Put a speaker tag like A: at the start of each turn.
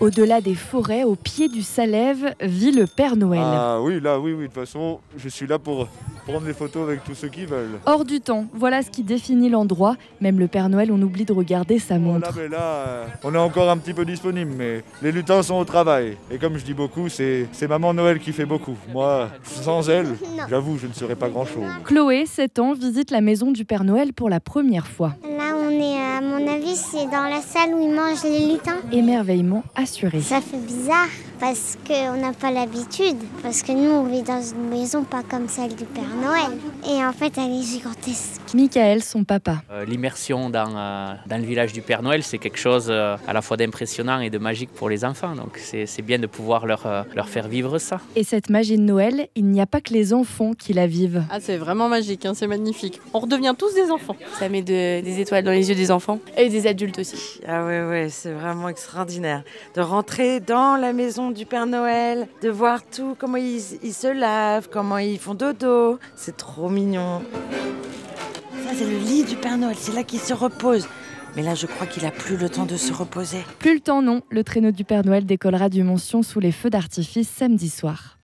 A: Au-delà des forêts, au pied du Salève, vit le Père Noël.
B: Ah oui, là, oui, oui, de toute façon, je suis là pour prendre des photos avec tous ceux qui veulent.
A: Hors du temps, voilà ce qui définit l'endroit. Même le Père Noël, on oublie de regarder sa
B: Bon,
A: montre.
B: là, mais là, euh, on est encore un petit peu disponible, mais les lutins sont au travail. Et comme je dis beaucoup, c'est c'est maman Noël qui fait beaucoup. Moi, sans elle, j'avoue, je ne serais pas grand-chose.
A: Chloé, 7 ans, visite la maison du Père Noël pour la première fois.
C: Là, on est, à mon avis, c'est dans la salle où ils mangent les lutins.
A: Émerveillement assuré.
C: Ça fait bizarre parce qu'on n'a pas l'habitude. Parce que nous, on vit dans une maison pas comme celle du Père Noël. Et en fait, elle est gigantesque.
A: Michael, son papa.
D: Euh, L'immersion dans, euh, dans le village du Père Noël, c'est quelque chose euh, à la fois d'impressionnant et de magique pour les enfants. Donc c'est c'est bien de pouvoir leur, euh, leur faire vivre ça.
A: Et cette magie de Noël, il n'y a pas que les enfants qui la vivent.
E: Ah, c'est vraiment magique, hein, c'est magnifique. On redevient tous des enfants.
F: Ça met de- des étoiles dans les yeux des enfants et des adultes aussi.
G: Ah ouais, ouais, c'est vraiment extraordinaire. De rentrer dans la maison du Père Noël, de voir tout, comment ils, ils se lavent, comment ils font dodo. C'est trop mignon. Ça, c'est le lit du Père Noël, c'est là qu'il se repose. Mais là, je crois qu'il a plus le temps de se reposer.
A: Plus le temps non, le traîneau du Père Noël décollera du Mention sous les feux d'artifice samedi soir.